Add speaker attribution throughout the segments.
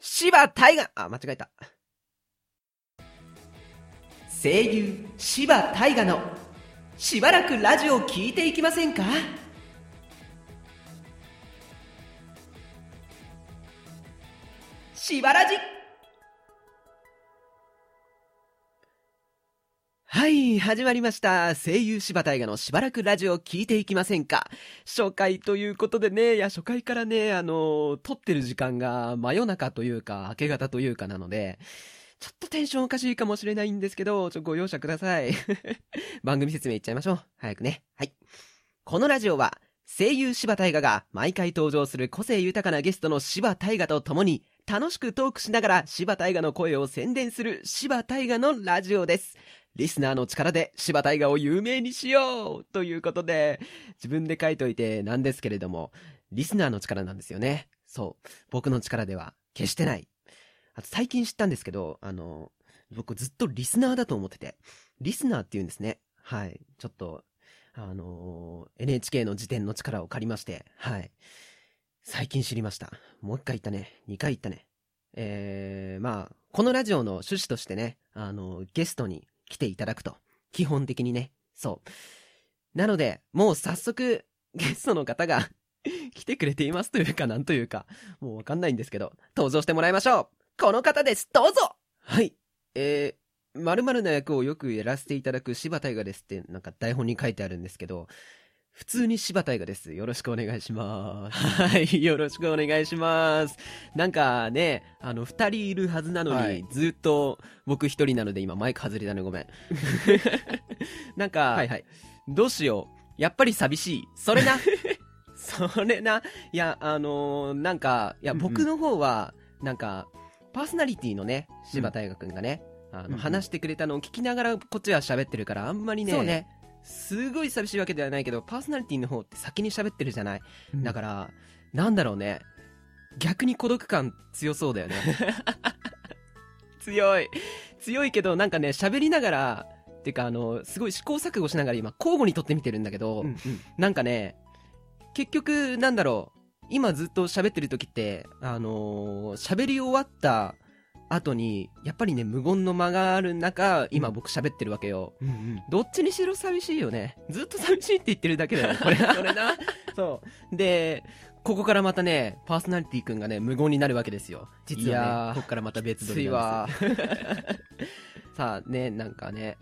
Speaker 1: 芝大河あ、間違えた。声優、芝大河の、しばらくラジオを聞いていきませんかしばらじはい、始まりました。声優柴大河のしばらくラジオ聞いていきませんか初回ということでね、いや、初回からね、あの、撮ってる時間が真夜中というか、明け方というかなので、ちょっとテンションおかしいかもしれないんですけど、ちょっとご容赦ください。 番組説明いっちゃいましょう。早くね。はい。このラジオは、声優柴大河が毎回登場する個性豊かなゲストの柴大河と共に、楽しくトークしながら柴大河の声を宣伝する柴大河のラジオです。リスナーの力で柴大河を有名にしようということで、自分で書いといてなんですけれども、リスナーの力なんですよね。そう。僕の力では決してない。あと最近知ったんですけど、あの、僕ずっとリスナーだと思ってて、リスナーって言うんですね。はい。ちょっと、あの NHK の辞典の力を借りまして、はい。最近知りました。もう一回言ったね。二回言ったね。えー、まあ、このラジオの趣旨としてね、あの、ゲストに来ていただくと。基本的にね。そう。なので、もう早速、ゲストの方が 来てくれていますというか、なんというか、もうわかんないんですけど、登場してもらいましょうこの方ですどうぞはい。えー、〇〇な役をよくやらせていただく柴大河ですって、なんか台本に書いてあるんですけど、普通に柴大河です。よろしくお願いします。 はい、よろしくお願いします。なんかね、あの、二人いるはずなのに、
Speaker 2: はい
Speaker 1: ずっと僕一人なので今マイク外れたね、ご めん。なんか、
Speaker 2: はいはい
Speaker 1: どうしよう。やっぱり寂しい。それ な。それな。いや、あのーなんか、いや、
Speaker 2: うんうん
Speaker 1: 僕の方は、なんか、パーソナリティのね、柴大河くんがね、あ
Speaker 2: うんう
Speaker 1: の、
Speaker 2: ん
Speaker 1: 話してくれたのを聞きながら、こっちは喋ってるから、あんまりね、
Speaker 2: そうね
Speaker 1: すごい寂しいわけではないけど、パーソナリティの方って先に喋ってるじゃない。だから、なんだろうね。逆に孤独感強そうだよね。 強い。強いけど、なんかね、喋りながら、っていうか、あの、すごい試行錯誤しながら今、交互に撮ってみてるんだけど、
Speaker 2: うんうん
Speaker 1: なんかね、結局、なんだろう、今ずっと喋ってる時って、あのー喋り終わった後に、やっぱりね、無言の間がある中、今僕喋ってるわけよ。
Speaker 2: うんうん
Speaker 1: どっちにしろ寂しいよね。ずっと寂しいって言ってるだけ だよ、これ。それな。そう。で、ここからまたね、パーソナリティ君がね、無言になるわけですよ。
Speaker 2: 実
Speaker 1: い
Speaker 2: は
Speaker 1: やー
Speaker 2: ねここからまた別撮
Speaker 1: つい
Speaker 2: りなん
Speaker 1: わ
Speaker 2: で。
Speaker 1: さあね、なんかね、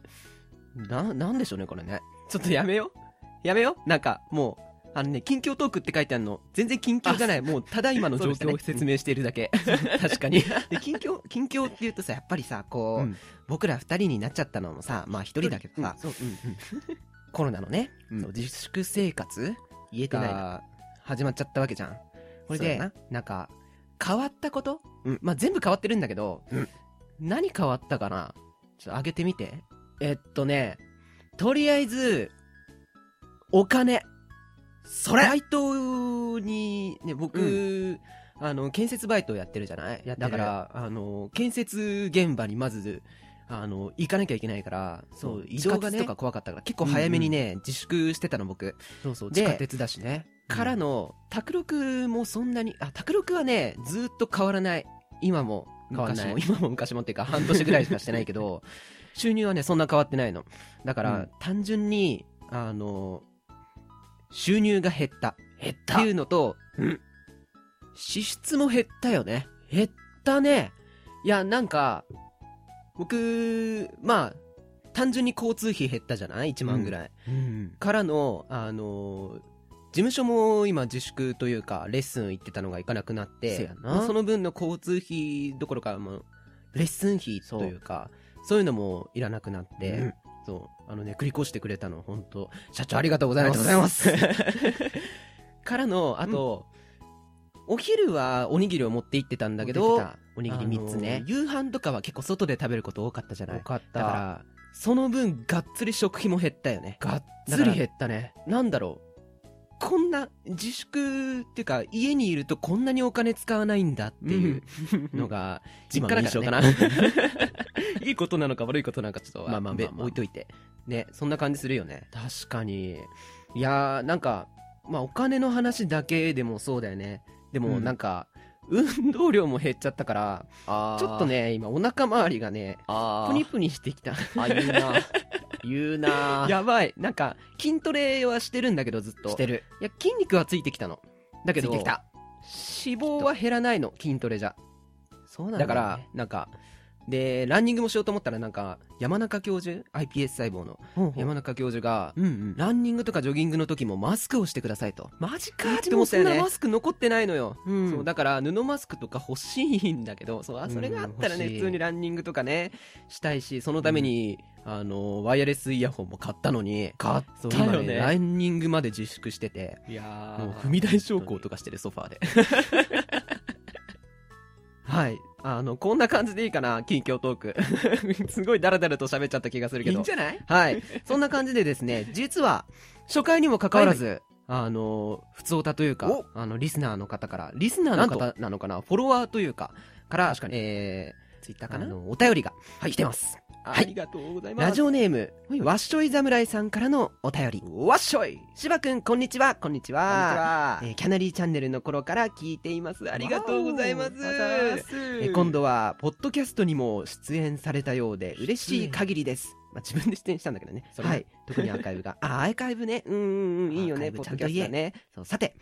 Speaker 1: な、なんでしょうね、これね。ちょっとやめよ。やめよ。なんか、もう、あのね、近況トークって書いてあるの、全然近況じゃない。もう、ただ今の状況を説明しているだ け。確かに。で、近況、近況って言うとさ、やっぱりさ、 こう、
Speaker 2: うん
Speaker 1: 僕ら二人になっちゃったのもさ、まあ一人だけどさ、
Speaker 2: すよそう
Speaker 1: コロナのね、
Speaker 2: うん
Speaker 1: そう自粛生活言えてないな始まっちゃったわけじゃん。これ
Speaker 2: そう
Speaker 1: で、
Speaker 2: だ
Speaker 1: な
Speaker 2: なん
Speaker 1: か、変わったこと、
Speaker 2: うん
Speaker 1: まあ全部変わってるんだけど、
Speaker 2: うん
Speaker 1: 何変わったかなちょっと上げてみて。えっとね、とりあえず、お金。
Speaker 2: それ
Speaker 1: バイトに、ね、僕、あの、建設バイトやってるじゃない
Speaker 2: やって
Speaker 1: だ
Speaker 2: る
Speaker 1: から、あの、建設現場にまず、あの、行かなきゃいけないから、そうう、
Speaker 2: ん
Speaker 1: 移動が
Speaker 2: 地下
Speaker 1: ね、
Speaker 2: 鉄
Speaker 1: とか
Speaker 2: とか
Speaker 1: 怖かったから、結構早めにね、自粛してたの僕。
Speaker 2: そうそう
Speaker 1: で
Speaker 2: 地下鉄だしね
Speaker 1: からの、卓六もそんなに、あ、卓六はね、ずっと変わらない。今も、
Speaker 2: 変わん
Speaker 1: 昔
Speaker 2: ない
Speaker 1: も、今も昔もっていうか、半年ぐらいしかしてないけど、 収入はね、そんな変わってないの。だから、
Speaker 2: うん
Speaker 1: 単純に、あの、収入が減った。
Speaker 2: 減っ
Speaker 1: っていうのと、
Speaker 2: うん
Speaker 1: 支出も減ったよね。減ったね。いや、なんか、僕、まあ、単純に交通費減ったじゃない ?1 万ぐらい。
Speaker 2: うん
Speaker 1: からの、あのー事務所も今自粛というか、レッスン行ってたのが行かなくなっ
Speaker 2: せ
Speaker 1: て
Speaker 2: や、な
Speaker 1: まあその分の交通費どころか、もうレッスン費というか、そういうのもいらなくなって、
Speaker 2: うん
Speaker 1: そう、あのね、繰り越してくれたの、本当社長ありがとうございます。からの、あと、お昼はおにぎりを持って行ってたんだけど、
Speaker 2: おにぎり
Speaker 1: あ
Speaker 2: 3
Speaker 1: の
Speaker 2: つね
Speaker 1: 夕飯とかは結構外で食べること多かったじゃない
Speaker 2: 多かっ
Speaker 1: だから、その分、がっつり食費も減ったよね。
Speaker 2: がっ
Speaker 1: だ
Speaker 2: つ
Speaker 1: から
Speaker 2: り減ったね
Speaker 1: なんだろう。こんな、自粛っていうか、家にいるとこんなにお金使わないんだっていうのが、実家だからね、 いいことなのか悪いことなのかちょっと、
Speaker 2: まあまあまあまあ
Speaker 1: べ置いといて。ね、そんな感じするよね。確かに。いやー、なんか、まあお金の話だけでもそうだよね。でも
Speaker 2: うん
Speaker 1: なんか、運動量も減っちゃったから、
Speaker 2: あー
Speaker 1: ちょっと。ね、今お腹周りがね、
Speaker 2: あ
Speaker 1: プニ
Speaker 2: ー
Speaker 1: プニしてきた。
Speaker 2: あ、言う な。言うな。
Speaker 1: やばい。なんか、筋トレはしてるんだけどずっと。
Speaker 2: してる。
Speaker 1: いや、筋肉はついてきたの。だけど、
Speaker 2: ついてきた。
Speaker 1: 脂肪は減らないの、筋トレじゃ。
Speaker 2: そうなんだ
Speaker 1: だ
Speaker 2: よね
Speaker 1: から、なんか、で、ランニングもしようと思ったら、なんか、山中教授 ?iPS 細胞の
Speaker 2: ほうほう
Speaker 1: 山中教授が、
Speaker 2: うんうん。
Speaker 1: ランニングとかジョギングの時もマスクをしてくださいと。
Speaker 2: マジか
Speaker 1: か
Speaker 2: ー
Speaker 1: ー
Speaker 2: っ
Speaker 1: ってて
Speaker 2: 思
Speaker 1: も
Speaker 2: っ
Speaker 1: そ
Speaker 2: たよ
Speaker 1: ん
Speaker 2: ね
Speaker 1: な。マスク残ってないのよ。
Speaker 2: うん
Speaker 1: そうだから布マスクとか欲しいんだけどそう
Speaker 2: う
Speaker 1: あ
Speaker 2: ん
Speaker 1: それがあったらね、
Speaker 2: 欲しい
Speaker 1: 普通にランニングとかねしたいしそのために、あのワイヤレスイヤホンも買ったのに
Speaker 2: 買っ
Speaker 1: そう
Speaker 2: たよ
Speaker 1: 今
Speaker 2: ね
Speaker 1: ねランニングまで自粛してて
Speaker 2: いやー
Speaker 1: もう踏み台昇降とかしてるソファーではいあのこんな感じでいいかな近況トーク すごいダラダラと喋っちゃった気がするけ
Speaker 2: いい
Speaker 1: ど
Speaker 2: んじゃない
Speaker 1: はい。そんな感じでです ね、実は、初回にもかかわらず、あの、普通歌というか
Speaker 2: お、
Speaker 1: あの、リスナーの方から、リスナーの方なのかな、フォロワーというか、から、
Speaker 2: 確かに
Speaker 1: え
Speaker 2: ツイッタ
Speaker 1: ー、
Speaker 2: ーか
Speaker 1: あ
Speaker 2: な
Speaker 1: の、お便りが来てます。
Speaker 2: あ
Speaker 1: はい
Speaker 2: りがとうございます。
Speaker 1: ラジオネーム
Speaker 2: はい、
Speaker 1: わっしょい侍さんからのお便り。
Speaker 2: わっしょいこんに
Speaker 1: しばくん、こんにちは、こんにち
Speaker 2: ち
Speaker 1: は。
Speaker 2: は
Speaker 1: えーキャナリーチャンネルの頃から聞いています。ありがとうございます。え今度はポッドキャストにも出演されたようで嬉しい限りです、まあ、自分で出演したんだけどね
Speaker 2: それも
Speaker 1: はい特にアーカイブがあアーカイブねうん うんうんいいよ
Speaker 2: アー
Speaker 1: ね
Speaker 2: カイ
Speaker 1: ポ
Speaker 2: ブ
Speaker 1: ッ
Speaker 2: ちゃ
Speaker 1: ド
Speaker 2: ん
Speaker 1: キ
Speaker 2: と
Speaker 1: ャ
Speaker 2: 言え
Speaker 1: ストねそうさて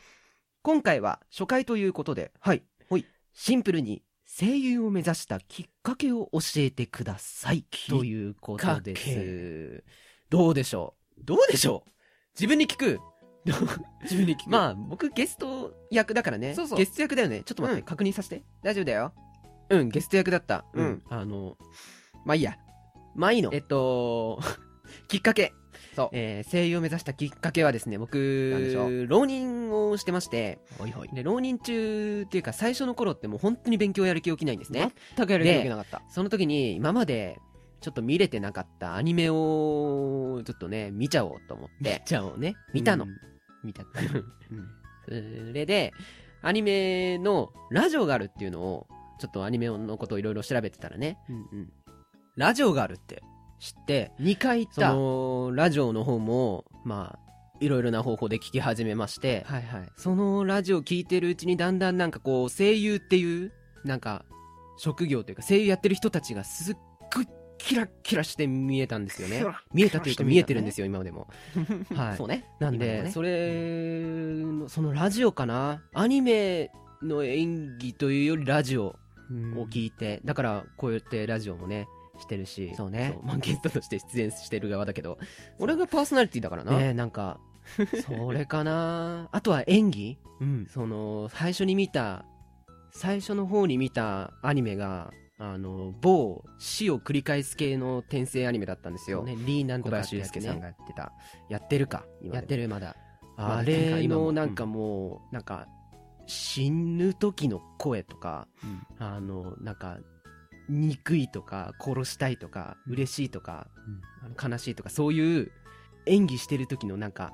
Speaker 1: 今回は初回ということではい、はい、シンプルに声優を目指したきっかけを教えてください
Speaker 2: きっかけ
Speaker 1: ということですどうでしょうどうでしょう自分に聞く
Speaker 2: 自分に聞 く。
Speaker 1: まあ僕ゲスト役だからね
Speaker 2: そうそう
Speaker 1: ゲスト役だよねちょっと待って、
Speaker 2: うん
Speaker 1: 確認させて大丈夫だようんゲスト役だった
Speaker 2: うん
Speaker 1: あのまあいいや
Speaker 2: まあいいの
Speaker 1: えっと きっかけ
Speaker 2: そう
Speaker 1: えー声優を目指したきっかけはですね
Speaker 2: なんでしょ
Speaker 1: 僕浪人をしてまして
Speaker 2: ほいほい。
Speaker 1: で浪人中っていうか最初の頃ってもう本当に勉強やる気起きないんですね、
Speaker 2: 全くやる気
Speaker 1: で
Speaker 2: 起きなかった。
Speaker 1: その時に今までちょっと見れてなかったアニメをちょっとね見ちゃおうと思って
Speaker 2: ちゃおうね。
Speaker 1: 見たの、
Speaker 2: うん
Speaker 1: 見たったそれで、アニメのラジオがあるっていうのを、ちょっとアニメのことをいろいろ調べてたらね、
Speaker 2: うんうん。
Speaker 1: ラジオがあるって知って、
Speaker 2: 2回行っ
Speaker 1: そ
Speaker 2: た。は
Speaker 1: のラジオの方も、まあ、いろいろな方法で聞き始めまして
Speaker 2: い、はい。
Speaker 1: そのラジオ聞いてるうちにだんだんなんかこう、声優っていう、なんか、職業というか、声優やってる人たちがすっごいキラッキラして見えたんですよね
Speaker 2: キラッキラ。
Speaker 1: 見えたというか
Speaker 2: して見
Speaker 1: 見
Speaker 2: えたね
Speaker 1: えてるんですよ、今でも。はい
Speaker 2: そうね。
Speaker 1: なん
Speaker 2: 今
Speaker 1: で、
Speaker 2: もね
Speaker 1: それの、そのラジオかなアニメの演技というよりラジオを聞いて、だからこうやってラジオもね、してるし、
Speaker 2: そうね
Speaker 1: まあゲストとして出演してる側だけど、俺がパーソナリティだからな。ねえなんか、それかなあとは演技
Speaker 2: うん。
Speaker 1: その、最初に見た、最初の方に見たアニメが、あの、某死を繰り返す系の転生アニメだったんです
Speaker 2: そ
Speaker 1: よ。
Speaker 2: うね、リーなん
Speaker 1: 小
Speaker 2: とかって
Speaker 1: 林
Speaker 2: や
Speaker 1: 祐
Speaker 2: つ
Speaker 1: 介
Speaker 2: ね
Speaker 1: さんがやってた。やってるか。今でも
Speaker 2: やってる、まだ。
Speaker 1: あ
Speaker 2: まあ
Speaker 1: れ
Speaker 2: 今も
Speaker 1: のなんかもう、なんか、死ぬ時の声とか、あの、なんか、憎いとか、殺したいとか、嬉しいとか、あの悲しいとか、そういう演技してる時のなんか、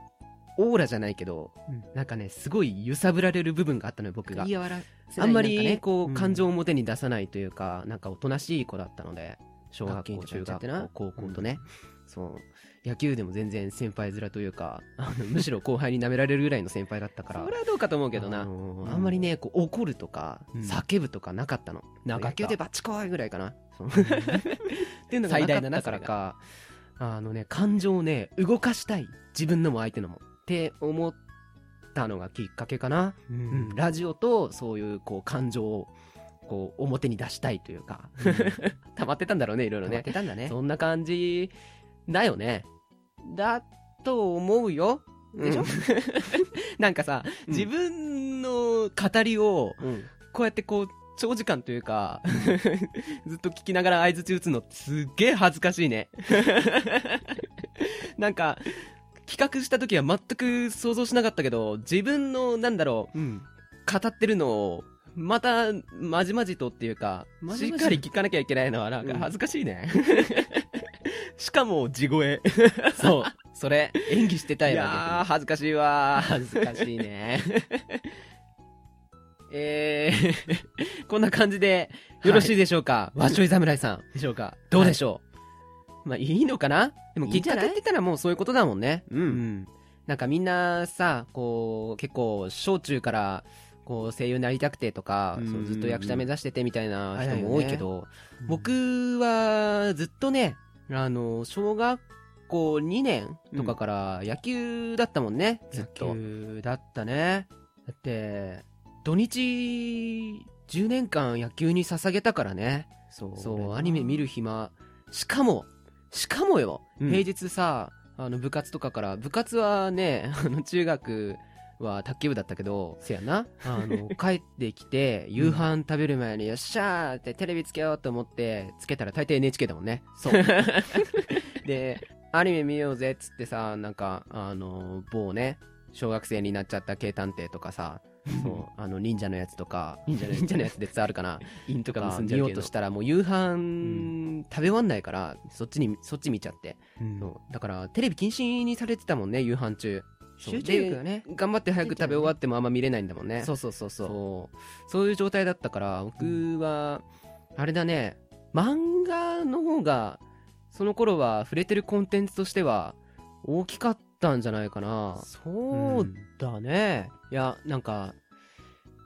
Speaker 1: オーラじゃないけど、
Speaker 2: うん
Speaker 1: なんかね、すごい揺さぶられる部分があったのよ、僕が。
Speaker 2: 言い合わら
Speaker 1: あ
Speaker 2: せない
Speaker 1: んま
Speaker 2: なんか
Speaker 1: り
Speaker 2: ね
Speaker 1: こう、
Speaker 2: ん
Speaker 1: 感情を表に出さないというか、なんかおとなしい子だったので、小
Speaker 2: ガッ
Speaker 1: 学
Speaker 2: キー
Speaker 1: 校、
Speaker 2: とか
Speaker 1: 中
Speaker 2: やっちゃってな
Speaker 1: 学校、高校とね、そう、野球でも全然先輩面というか、あのむしろ後輩に舐められるぐらいの先輩だったから
Speaker 2: そ、れはどうかと思うけ
Speaker 1: け
Speaker 2: ど
Speaker 1: どな、
Speaker 2: な。
Speaker 1: あ
Speaker 2: うん
Speaker 1: んまりね、こう怒るとか、
Speaker 2: うん
Speaker 1: 叫ぶとかなかったの。
Speaker 2: なかった
Speaker 1: 野球でバッチコーイぐらいかな。そう っていうのが
Speaker 2: 最
Speaker 1: な
Speaker 2: 大
Speaker 1: か
Speaker 2: だ
Speaker 1: っ
Speaker 2: な
Speaker 1: たからか、あのね、感情をね、動かしたい。自分のも相手のも。って思ったのがきっかけかな。
Speaker 2: う
Speaker 1: うんん、ラジオとそういうこう感情をこう表に出したいというか、 溜まってたんだろうねいろいろ
Speaker 2: 溜まっ
Speaker 1: ね
Speaker 2: てたんだね。
Speaker 1: そんな感じだよねだと思うよ
Speaker 2: でしょ
Speaker 1: うん なんかさ、
Speaker 2: うん
Speaker 1: 自分の語りを
Speaker 2: うん。
Speaker 1: こうやってこう長時間というか ずっと聞きながら相槌打つのってすっげえ恥ずかしいね なんか企画した時は全く想像しなかったけど自分のなんだろう
Speaker 2: うん。
Speaker 1: 語ってるのを、また、まじまじとっていうか、
Speaker 2: まじまじ
Speaker 1: しっかり聞かなきゃいけないのは、なん
Speaker 2: う
Speaker 1: か
Speaker 2: ん
Speaker 1: 恥ずかしいね。 しかも、地声。 そう。それ、
Speaker 2: 演技して
Speaker 1: い
Speaker 2: たよ。
Speaker 1: やー、恥ずかしいわー。
Speaker 2: 逆に恥ずかしいね。
Speaker 1: えー、 こんな感じで、よろしいでしょうか、わっしょい侍さん。でしょうかどうでしょう、まあ、いいのかなでも、
Speaker 2: いい
Speaker 1: き
Speaker 2: ん
Speaker 1: っ
Speaker 2: じゃ
Speaker 1: かけ
Speaker 2: ない
Speaker 1: って言ったらもうそういうことだもんね。
Speaker 2: う
Speaker 1: う。ん、なんかみんなさこう結構小中からこう声優になりたくてとか、
Speaker 2: うん
Speaker 1: そうずっと役者目指しててみたいな人
Speaker 2: 早いよね
Speaker 1: も多いけど、僕はずっとね、あの、小学校2年とかから野球だったもんね、ずっと
Speaker 2: 野。球
Speaker 1: だったね。だって、土日10年間野球に捧げたからね。
Speaker 2: そう
Speaker 1: そう、アニメ見る暇。しかも、しかもよ、
Speaker 2: うん
Speaker 1: 平日さ、あの部活とかから、部活はね、 あの中学は卓球部だったけど、
Speaker 2: せやな
Speaker 1: あ の帰ってきて、夕飯食べる前に、よっしゃーってテレビつけようと思って、つけたら大抵 NHK だもんね。
Speaker 2: そう
Speaker 1: で、アニメ見ようぜっつってさ、なんか、あの、某ね、小学生になっちゃった警探偵とかさ、そう、あの、忍者のやつとか、
Speaker 2: 忍者のやつ
Speaker 1: 忍者のやつで伝わるかな
Speaker 2: インと
Speaker 1: と
Speaker 2: か
Speaker 1: か
Speaker 2: 結んじ
Speaker 1: 見
Speaker 2: ゃ
Speaker 1: よ
Speaker 2: う
Speaker 1: う
Speaker 2: け
Speaker 1: と
Speaker 2: ど
Speaker 1: したらもう夕飯、
Speaker 2: ん
Speaker 1: 食べ終わんないからそっちにそっち見ちゃって、
Speaker 2: うん
Speaker 1: そうだからテレビ禁止にされてたもんね夕飯中そう
Speaker 2: 集中力がね
Speaker 1: で頑張って早く食べ終わってもあんま見れないんだもんね
Speaker 2: そうそうそう
Speaker 1: そう
Speaker 2: そう
Speaker 1: そういう状態だったから僕はあれだね漫画の方がその頃は触れてるコンテンツとしては大きかったんじゃないかな
Speaker 2: そ
Speaker 1: うんだねいやなんか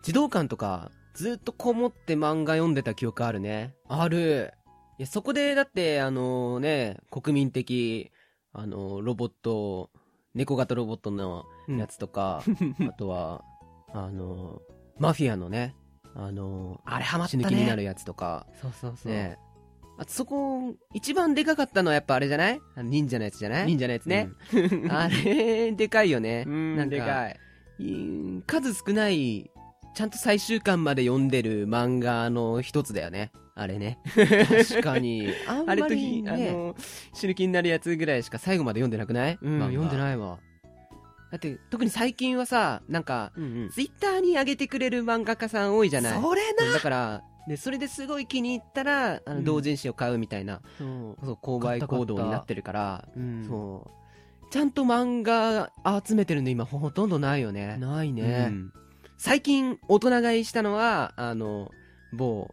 Speaker 1: 児童館とかずっとこもって漫画読んでた記憶あるねあるいやそこでだってあのね国民的あのロボット猫型ロボットのやつと か、あとはあのマフィアのねあの
Speaker 2: あれハマった
Speaker 1: 死
Speaker 2: ね
Speaker 1: ぬ気になるやつとか
Speaker 2: そうそうそう
Speaker 1: ねあそこ一番でかかったのはやっぱあれじゃないあの忍者のやつじゃない
Speaker 2: 忍者のやつね、
Speaker 1: うんあれでかいよ ね
Speaker 2: なんでかい
Speaker 1: い数少ないちゃんと最終巻まで読んでる漫画の一つだよねあれね確かに あんま
Speaker 2: あれと
Speaker 1: り、
Speaker 2: ひ、あ
Speaker 1: ね、
Speaker 2: の死ぬ気になるやつ
Speaker 1: ぐ
Speaker 2: ぐらい
Speaker 1: らいしか最後まで読んでなくない、
Speaker 2: うん
Speaker 1: 漫画読んでないわだって特に最近はさなんか
Speaker 2: うん
Speaker 1: ツイッターに上げてくれる漫画家さん多いじゃない
Speaker 2: それな
Speaker 1: だからでそれですごい気に入ったらあ
Speaker 2: う
Speaker 1: の
Speaker 2: ん
Speaker 1: 同人誌を買うみたいな、
Speaker 2: そ
Speaker 1: そう購買行動になってるから
Speaker 2: う,、うん、
Speaker 1: そうちゃんと漫画集めてるの今ほとんどないよね
Speaker 2: ないね
Speaker 1: ね、、最近大人買いしたのはあの某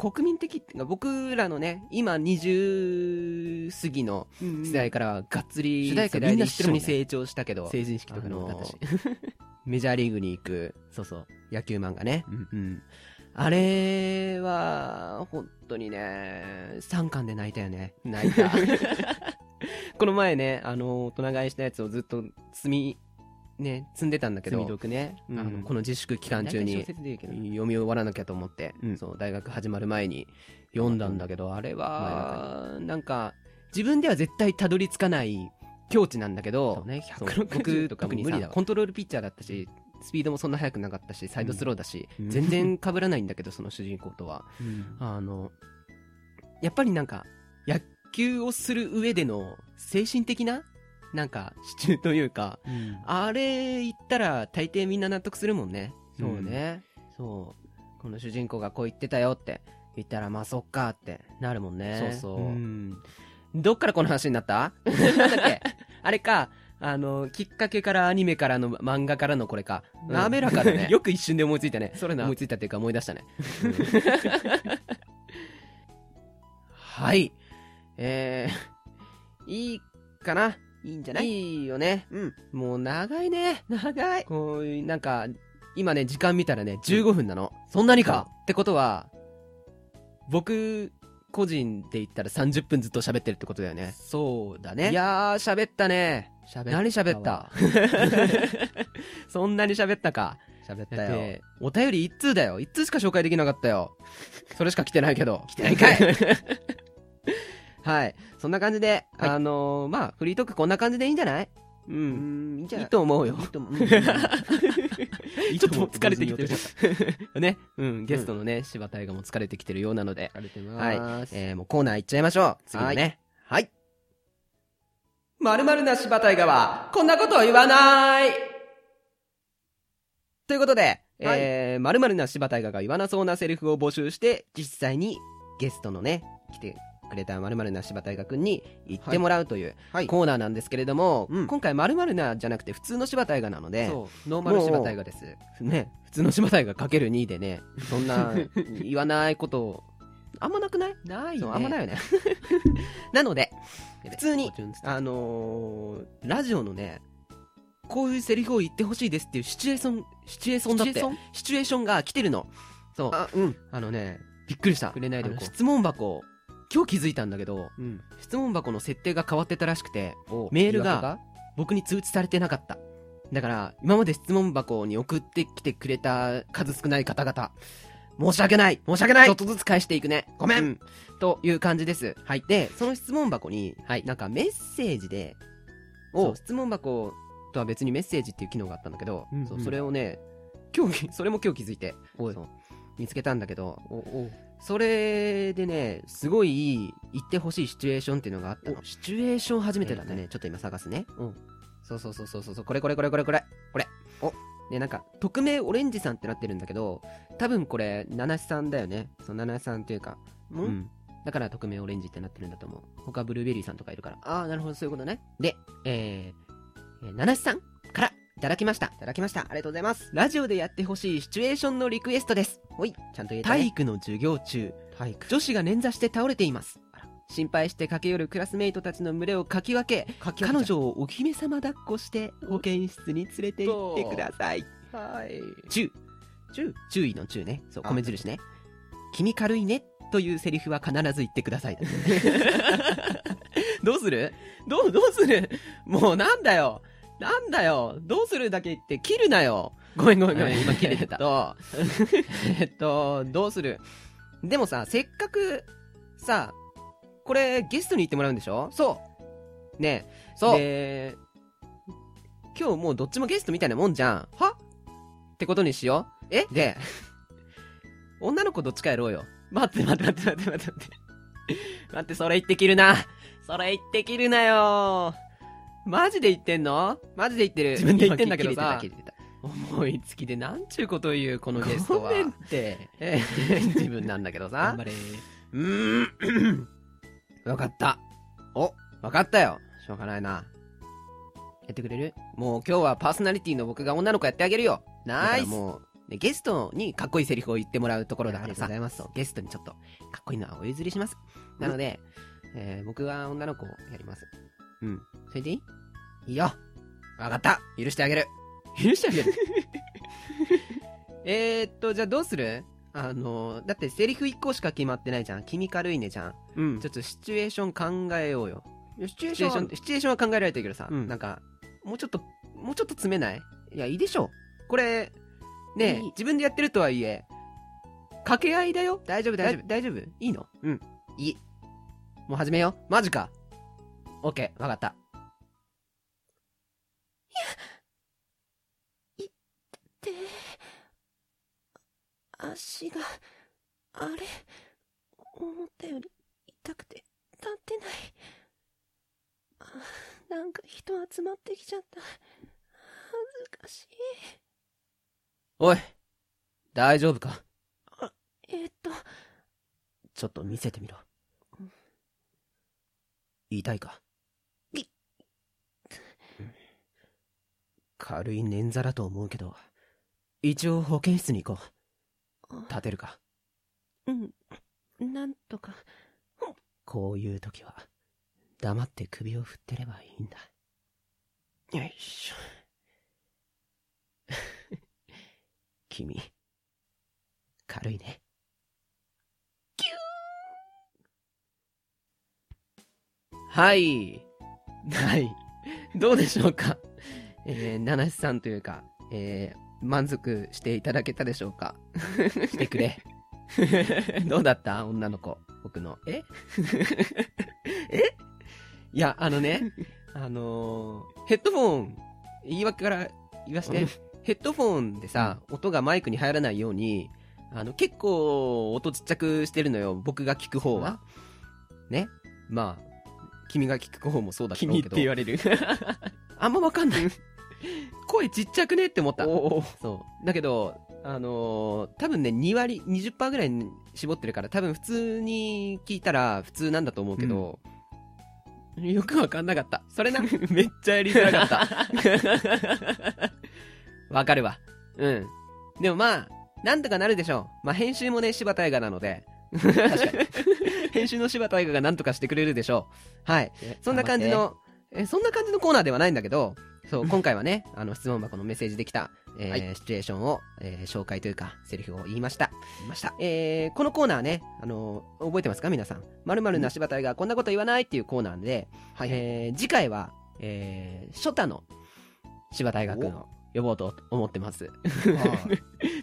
Speaker 1: 国民的っていうか僕らのね今20過ぎの世代からはがっつり
Speaker 2: 主
Speaker 1: 世
Speaker 2: 題
Speaker 1: 代
Speaker 2: 歌みん
Speaker 1: で
Speaker 2: な知って
Speaker 1: 一
Speaker 2: る
Speaker 1: 緒
Speaker 2: もんね
Speaker 1: に成長したけど、
Speaker 2: 成人式
Speaker 1: あ
Speaker 2: とかの
Speaker 1: の
Speaker 2: 私
Speaker 1: メジャーリーグに行く
Speaker 2: そうそう
Speaker 1: 野球漫画ね、
Speaker 2: うん
Speaker 1: うんあれは本当にね3巻で泣いたよね泣いたこの前ねあの大人買いしたやつをずっと積みね積んでたんだけど
Speaker 2: 積み読ね、
Speaker 1: あのこの自粛期間中に
Speaker 2: 大体小説でいいけど
Speaker 1: 読み終わらなきゃと思って、
Speaker 2: うん
Speaker 1: そう大学始まる前に読んだんだけどあれはなんか自分では絶対たどり着かない境地なんだけ
Speaker 2: そ
Speaker 1: ど
Speaker 2: うね
Speaker 1: そう
Speaker 2: 160
Speaker 1: 僕
Speaker 2: とかも
Speaker 1: 特
Speaker 2: 無
Speaker 1: に
Speaker 2: 理
Speaker 1: さ
Speaker 2: だわ
Speaker 1: コントロールピッチャーだったしスピードもそんな速くなかったしサイドスローだし、
Speaker 2: うん
Speaker 1: 全然被らないんだけどその主人公とはあのやっぱりなんか野球をする上での精神的ななんか支柱というか
Speaker 2: うん
Speaker 1: あれ言ったら大抵みんな納得するもんね。
Speaker 2: そう
Speaker 1: ね。そう。この主人公がこう言ってたよって言ったら、まあそっかってなるもんね。
Speaker 2: そうそう、
Speaker 1: んどっからこの話になったなんだっけあれか、あの、きっかけからアニメからの漫画からのこれか。
Speaker 2: うん
Speaker 1: 滑らかだ ね。
Speaker 2: よ
Speaker 1: く一瞬で思いついたね。
Speaker 2: それな
Speaker 1: 思いついたっていうか思い出したね。はい。えー、いいかない
Speaker 2: いんじゃない
Speaker 1: いいよね。
Speaker 2: うん
Speaker 1: もう長いね。
Speaker 2: 長い
Speaker 1: こういう、なんか、今ね、時間見たらね、15分なの。そんなにかってことは、僕、個人で言ったら30分ずっと喋ってるってことだよね。
Speaker 2: そうだ
Speaker 1: いやー、喋ったね。
Speaker 2: 喋
Speaker 1: 何喋った
Speaker 2: わ
Speaker 1: そんなに喋ったか。
Speaker 2: 喋っ
Speaker 1: だ
Speaker 2: たよ
Speaker 1: って、お便り1通だよ。1通しか紹介できなかった よ。それしか来てないけど。来
Speaker 2: てないかい
Speaker 1: はい。そんな感じで、
Speaker 2: はい
Speaker 1: あのーまあ、フリートークこんな感じでいいんじゃないうん
Speaker 2: う。んいいんじゃ
Speaker 1: い
Speaker 2: ない
Speaker 1: いと思うよ。
Speaker 2: いい と思うちょ
Speaker 1: ちょ
Speaker 2: っ
Speaker 1: っともう疲れてきてる
Speaker 2: 疲。
Speaker 1: ね。うん、ゲストのね、柴田映画も疲れてきてるようなので、
Speaker 2: れてま
Speaker 1: は
Speaker 2: ー
Speaker 1: い。
Speaker 2: す、
Speaker 1: えー、もうコーナー行っちゃいましょう。次のね。はい。まるな柴田映画は、こんなことを言わないということで、えー、まるな柴田映画が言わなそうなセリフを募集して、実際にゲストのね、来てくれたまるな柴田映画くんに言ってもらうという
Speaker 2: はい
Speaker 1: コーナーなんですけれども、
Speaker 2: うん
Speaker 1: 今回まるなじゃなくて普通の柴田映画なので、
Speaker 2: そうノーマル柴田映画です
Speaker 1: ね、普通の島大がかける2でね、そん な言わないこと、あんまなくない
Speaker 2: な
Speaker 1: そうあんまない
Speaker 2: い
Speaker 1: よね。 なので、普通に
Speaker 2: 矛盾して、
Speaker 1: あのーラジオのね、こういうセリフを言ってほしいですっていうシチュエーション、シチュエーションだって、シチ
Speaker 2: ン
Speaker 1: ュエーションが来てるの。そう。あ
Speaker 2: あ、うん。
Speaker 1: のね、びっくりした。
Speaker 2: くれないでおこう
Speaker 1: あの質問箱、今日気づいたんだけど、
Speaker 2: うん。
Speaker 1: 質問箱の設定が変わってたらしくて、メールが僕に通知されてなかった。だから、今まで質問箱に送ってきてくれた数少ない方々、申し訳ない申し訳ない
Speaker 2: ち
Speaker 1: ちょ
Speaker 2: ょっ
Speaker 1: っとずつ返していくね
Speaker 2: ごめん
Speaker 1: という感じです。はい。で、その質問箱に、
Speaker 2: はい
Speaker 1: なんかメッセージで、
Speaker 2: お
Speaker 1: そう質問箱とは別にメッセージっていう機能があったんだけど、
Speaker 2: うんうん
Speaker 1: そうそれをね、今日、それも今日気づいて、
Speaker 2: おい
Speaker 1: そう見つけたんだけど、
Speaker 2: おお
Speaker 1: それでね、すごいいい、言ってほしいシチュエーションっていうのがあったの。シチュエーション初めてだった
Speaker 2: え
Speaker 1: ね。ちょっと今探すね。
Speaker 2: うん
Speaker 1: そうそうそうそうそう。これこれこれこれこれ。これ。おで、なんか、匿名オレンジさんってなってるんだけど、多分これ、七七さんだよね。そう、七七さんというか。ん
Speaker 2: うん
Speaker 1: だから匿名オレンジってなってるんだと思う。他ブルーベリーさんとかいるから。ああ、なるほど、そういうことね。で、えー、えー、七七さんからいただきました。いただきました。ありがとうございます。ラジオでやってほしいシチュエーションのリクエストです。
Speaker 2: おいちゃんと言えた
Speaker 1: 体
Speaker 2: ね
Speaker 1: 育の授業中、
Speaker 2: 体育
Speaker 1: 女子が捻挫して倒れています。心配して駆け寄るクラスメイトたちの群れをかき分け、彼女をお姫様抱っこして保健室に連れて行ってください。
Speaker 2: はい
Speaker 1: 注
Speaker 2: 中
Speaker 1: 注意の注ね。そう、
Speaker 2: あ
Speaker 1: 米印ね。君軽いね。というセリフは必ず言ってください。 どうするどう、どうするもうなんだよなんだよどうするだけ言って切るなよごめんごめんごめん、今切れてた。と、えっと、 どうするでもさ、せっかく、さ、これゲストに行ってもらうんでしょそうねえ、
Speaker 2: そう
Speaker 1: で今日もうどっちもゲストみたいなもんじゃん。はってことにしよう。えで、 女の子どっちかやろうよ。待って待って待って待って待って待って。待って、それ言ってきるな。それ言ってきるなよ。マジで言ってんのマジで言ってる。
Speaker 2: 自分で言ってんだけど
Speaker 1: 今
Speaker 2: さ
Speaker 1: 切れてた切れてた思いつきでなんちゅうことを言う、このゲスト
Speaker 2: ご
Speaker 1: は。
Speaker 2: めんって
Speaker 1: えー自分なんだけどさ
Speaker 2: 頑。張れ
Speaker 1: うーん。わかった。お、わかったよ。しょうがないな。
Speaker 2: やってくれる
Speaker 1: もう今日はパーソナリティの僕が女の子やってあげるよ。
Speaker 2: ナ
Speaker 1: だから
Speaker 2: イス
Speaker 1: もう、ねゲストにかっこいいセリフを言ってもらうところだ
Speaker 2: あ
Speaker 1: か
Speaker 2: り
Speaker 1: ら
Speaker 2: がと
Speaker 1: さ
Speaker 2: うござ。います
Speaker 1: そうゲストにちょっと、かっこいいのはお譲りします。
Speaker 2: うん
Speaker 1: なので、えー僕は女の子をやります。うん。それでいいいいよ。わかった。許してあげる。許してあげる えーっと、じゃあどうするあの、だってセリフ1個しか決まってないじゃん。君軽いねじゃん。
Speaker 2: うん
Speaker 1: ちょっとシチュエーション考えようよ。
Speaker 2: シチュエ
Speaker 1: シチ
Speaker 2: ー
Speaker 1: ュエ
Speaker 2: シ
Speaker 1: ーシ
Speaker 2: ョ
Speaker 1: ョ
Speaker 2: ン
Speaker 1: ン、シチュエーションは考えられてるけどさ、
Speaker 2: うん
Speaker 1: なんか、もうちょっと、もうちょっと詰めないいや、いいでしょ。これ、ねえ
Speaker 2: いい
Speaker 1: 自分でやってるとはいえ、掛け合いだよ。
Speaker 2: 大丈夫大
Speaker 1: 大
Speaker 2: 丈
Speaker 1: 丈夫、大丈夫いいのうん。いい。もう始めよう。マジか。オッケー、わかった。
Speaker 3: って足があれ思ったより痛くて立ってないあなんか人集まってきちゃった恥ずかしい
Speaker 1: おい、大丈夫か。
Speaker 3: えーっと
Speaker 1: ちょっと見せてみろ。言いたいか。
Speaker 3: い
Speaker 1: うん軽い捻挫だと思うけど、一応保健室に行こう。立てるか。
Speaker 3: うんなんとか
Speaker 1: こういう時は、黙って首を振ってればいいんだ。よいしょ。 君、軽いね。キューはい。はい。 どうでしょうかえー、七七さんというか、えー、満足していただけたでしょう かしてくれ。 どうだった女の子。僕の。え えいや、あの ね、あのーヘッドフォン、言い訳から言わし
Speaker 2: う
Speaker 1: て
Speaker 2: ん、
Speaker 1: ヘッドフォンでさ、音がマイクに入らないように、あの、結構音ちっちゃくしてるのよ、僕が聞く方は。ね。まあ、君が聞く方もそうだと思うけど。
Speaker 2: われる
Speaker 1: あんまわかんない。声ちっちゃくねって思った。
Speaker 2: おお
Speaker 1: そう。だけど、あのー多分ね、2割、20%ぐらいに絞ってるから、多分普通に聞いたら普通なんだと思うけど、よくわかんなかった。それな。 めっちゃやりづらかった。 わかるわ。うん。でもまあ、なんとかなるでしょう。まあ編集もね、柴田映画なの で。編集の柴田映画がなんとかしてくれるでしょう。はい。そんな感じの、えそんな感じのコーナーではないんだけど、そう、今回はね、あの、質問箱のメッセージできた、えーシチュエーションを、えー紹介というか、セリフを言いました。
Speaker 2: 言いました。
Speaker 1: えーこのコーナーね、あの覚えてますか皆さん。まるな柴田がこんなこと言わないっていうコーナーで、
Speaker 2: はい
Speaker 1: えー次回は、えー初太の柴田学の呼ぼうと思ってます。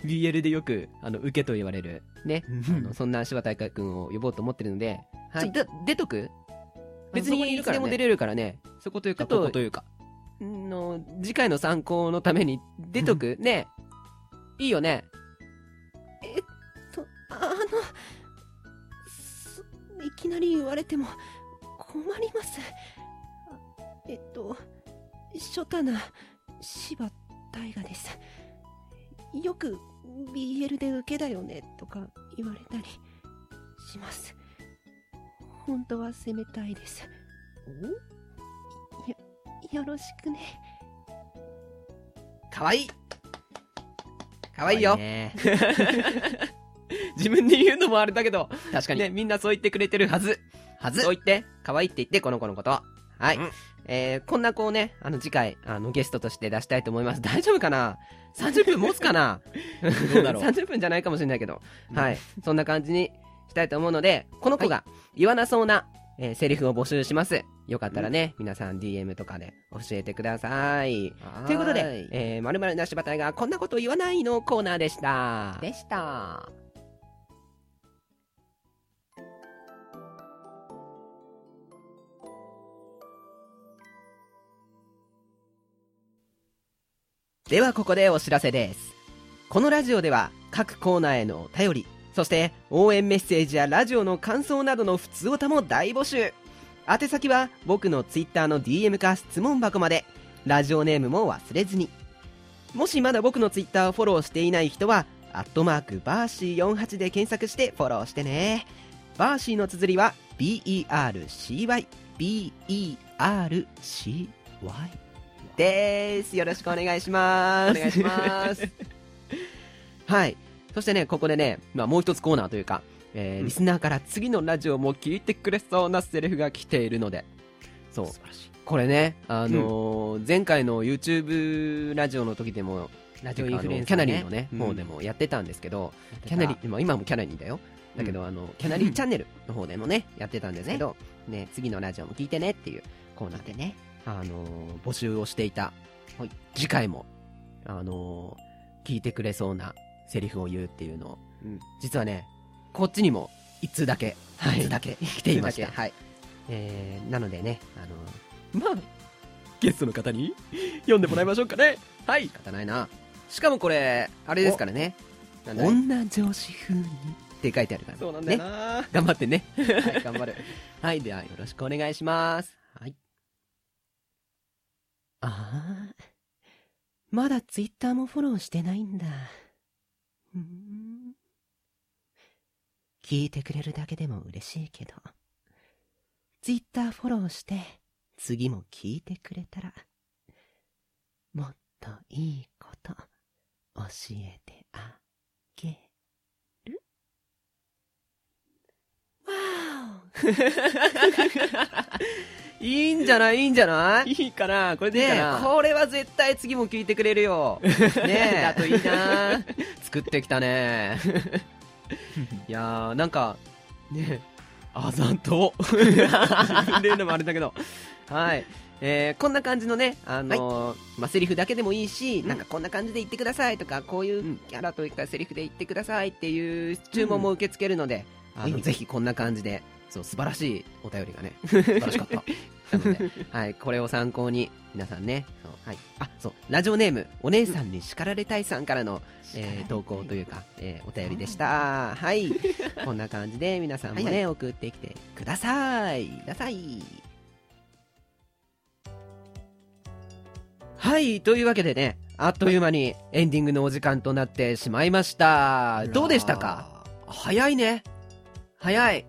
Speaker 1: BL でよく、あの、受けと言われる、ね、あのそんな柴田君を呼ぼうと思ってるので、
Speaker 2: はい
Speaker 1: ちょっとだ出とく別
Speaker 2: 別に
Speaker 1: に
Speaker 2: い
Speaker 1: い
Speaker 2: る
Speaker 1: つ
Speaker 2: から
Speaker 1: で
Speaker 2: ね
Speaker 1: も出れるからね、
Speaker 2: そこという
Speaker 1: ちょ
Speaker 2: か、
Speaker 1: っと
Speaker 2: ここというか。
Speaker 1: の次回の参考のために出とくねいいよね
Speaker 4: と、あの、そいきなり言われても困ります。あえっと、初太な柴大河です。よく BL で受けだよねとか言われたりします。本当は責めたいです。よろしくね。
Speaker 2: かわいいか
Speaker 1: か
Speaker 2: わいいよ。
Speaker 1: ね
Speaker 2: 自分で言うのもあれだけど、
Speaker 1: 確かに、
Speaker 2: ね、みんなそう言ってくれてるはず。
Speaker 1: はずそう言って可愛いって言ってこの子のことはい、
Speaker 2: うん
Speaker 1: えー、こんな子をねあの次回あのゲストとして出したいと思います大丈夫かな30分持つかな
Speaker 2: ど うだろう
Speaker 1: 30分じゃないかもしれないけど、
Speaker 2: うん
Speaker 1: はいそんな感じにしたいと思うのでこの子が言わなそうな、えーセリフを募集しますよかったらね、皆さん DM とかで教えてくださいということ
Speaker 2: は
Speaker 1: で
Speaker 2: ー、い
Speaker 1: えー、まるなしばたいがこんなこと言わないのコーナーでした。
Speaker 2: でした。
Speaker 1: ではここでお知らせです。このラジオでは各コーナーへのお便り、そして応援メッセージやラジオの感想などの普通おたも大募集。宛先は僕のツイッターの DM か質問箱まで、ラジオネームも忘れずに。もしまだ僕のツイッターをフォローしていない人は、アットマークバーシー48で検索してフォローしてね。バーシーの綴りは BERCY、BERCY です。よろしくお願いします。。
Speaker 2: お願いします
Speaker 1: はい。そしてね、ここでね、まあ、もう一つコーナーというか、えー
Speaker 2: うん
Speaker 1: リスナーから次のラジオも聞いてくれそうなセリフが来ているので、そう。
Speaker 2: 素晴らしい。
Speaker 1: これね、あのー前回の YouTube ラジオの時でも、
Speaker 2: ラジオインフルエン
Speaker 1: キ
Speaker 2: サ
Speaker 1: ャ
Speaker 2: ー
Speaker 1: ナ
Speaker 2: ね
Speaker 1: リーのね、
Speaker 2: うん
Speaker 1: もうでもやってたんですけど、キャナリー、まあ今もキャナリーだよ。だけど、あの、キャナリーチャンネルの方でもね、やってたんですけど、ね、次のラジオも聞いてねっていうコーナーでね、あのー募集をしていた、次回も、あのー聞いてくれそうなセリフを言うっていうのを、
Speaker 2: うん
Speaker 1: 実はね、こっちにも、一通だけ、
Speaker 2: はい
Speaker 1: 一通だけ、来ていまし
Speaker 2: 一
Speaker 1: た。
Speaker 2: 通だ
Speaker 1: はい。えー、なのでね、あのー
Speaker 2: まあ、ゲストの方に読んでもらいましょうかね。はい。
Speaker 1: 仕方ないなしかもこれあれですからねなんだ
Speaker 2: 女上司風に。
Speaker 1: って書いてあるから
Speaker 2: そうなんだよ
Speaker 1: ね、
Speaker 2: な、
Speaker 1: 頑張って ねはい頑張るはいではよろしくお願いしますはいああまだツイッターもフォローしてないんだうん聞いてくれるだけでも嬉しいけどツイッターフォローして次も聞いてくれたらもっといいこと教えてあげ
Speaker 4: わ
Speaker 1: いいんじゃないいいんじゃない
Speaker 2: いいかなこれでいい
Speaker 1: ね
Speaker 2: か
Speaker 1: え
Speaker 2: な、
Speaker 1: これは絶対次も聞いてくれるよ。ねえ。
Speaker 2: だといいな
Speaker 1: 作ってきたね。いやー、なんか、ねえあざと。自分で言うのもあれだけど。はい。えーこんな感じのね、あのーまあ、セリフだけでもいいし、なんかこんな感じで言ってくださいとか、こういううキャラというかセリフで言ってくださいっていう注文も受け付けるので、あの、
Speaker 2: うん
Speaker 1: ぜひこんな感じで、そう、素晴らしいお便り がね、
Speaker 2: 素晴らしかった。
Speaker 1: なの で、はい、これを参考に、皆さんね、そうはい、あ、そう、ラジオネーム、お姉さんに叱られたいさんからの、えー投稿というか、えーお便りでした。はい、 こんな感じで皆さんもね、
Speaker 2: はいは
Speaker 1: 送ってきてください。ください。はい、というわけでね、あっという間にエンディングのお時間となってしまいました。どうでしたか早いね。早い。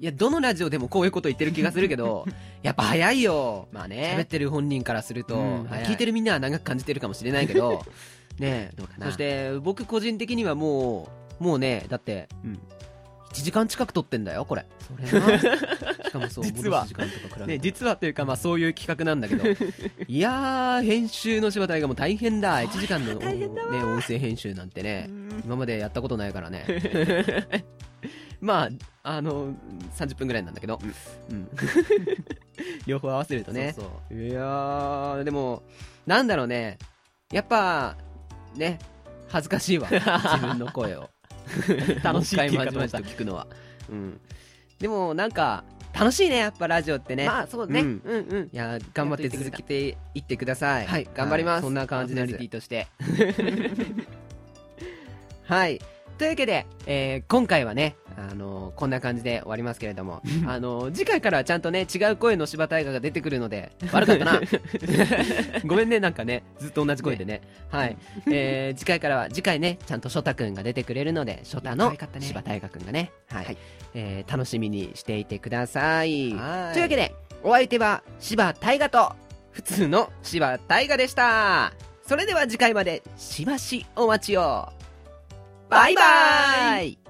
Speaker 1: いや、どのラジオでもこういうこと言ってる気がするけ ど、やっぱ早いよ。
Speaker 2: まあ
Speaker 1: 喋っ
Speaker 2: ね。
Speaker 1: てる本人からすると、
Speaker 2: うん早い
Speaker 1: 聞いてるみんなは長く感じてるかもしれないけ ど、ねえ
Speaker 2: どうかな
Speaker 1: そして僕個人的にはもう、もうね、だって、
Speaker 2: うん
Speaker 1: 1時間近く撮ってんだよ、これ。
Speaker 2: それな。かもそう
Speaker 1: 実は
Speaker 2: 戻す時間とか比べたら
Speaker 1: ね、 実はというか、まあ、そういう企画なんだけど いやー編集の柴田がもう大変だ1時間の、
Speaker 3: 大
Speaker 1: ね
Speaker 3: 変だわ、
Speaker 1: 音声編集なんてね
Speaker 3: うん
Speaker 1: 今までやったことないから ねまああの30分ぐらいなんだけど、うん、 両方合わせるとね
Speaker 2: そうそう
Speaker 1: いやーでもなんだろうねやっぱね恥ずかしい わ自分の声を
Speaker 2: 楽しい
Speaker 1: もう一回
Speaker 2: って言い方をした
Speaker 1: まじまじと聞くのは、うん、でもなんか楽しいねやっぱラジオってね、
Speaker 2: まあそうね、
Speaker 1: う
Speaker 2: うんん、うんうん
Speaker 1: いやー頑張って続けていってください
Speaker 2: はい頑張ります
Speaker 1: そんな感じです
Speaker 2: パーソナリティとして
Speaker 1: はい。というわけで、えー今回はね、あのーこんな感じで終わりますけれど も、あのー次回からはちゃんとね、違う声の柴大河が出てくるので、悪かった な。 ごめんね、なんかね、ずっと同じ声でね。はい。えー次回からは、次回ね、ちゃんと翔太くんが出てくれるので、翔太の
Speaker 2: 可愛かったね
Speaker 1: 柴大河くんがね、はい、
Speaker 2: はい
Speaker 1: えー楽しみにしていてください。
Speaker 2: は
Speaker 1: というわけで、お相手は柴大河と、普通の柴大河でした。それでは次回まで、しばしお待ちを。バイバイ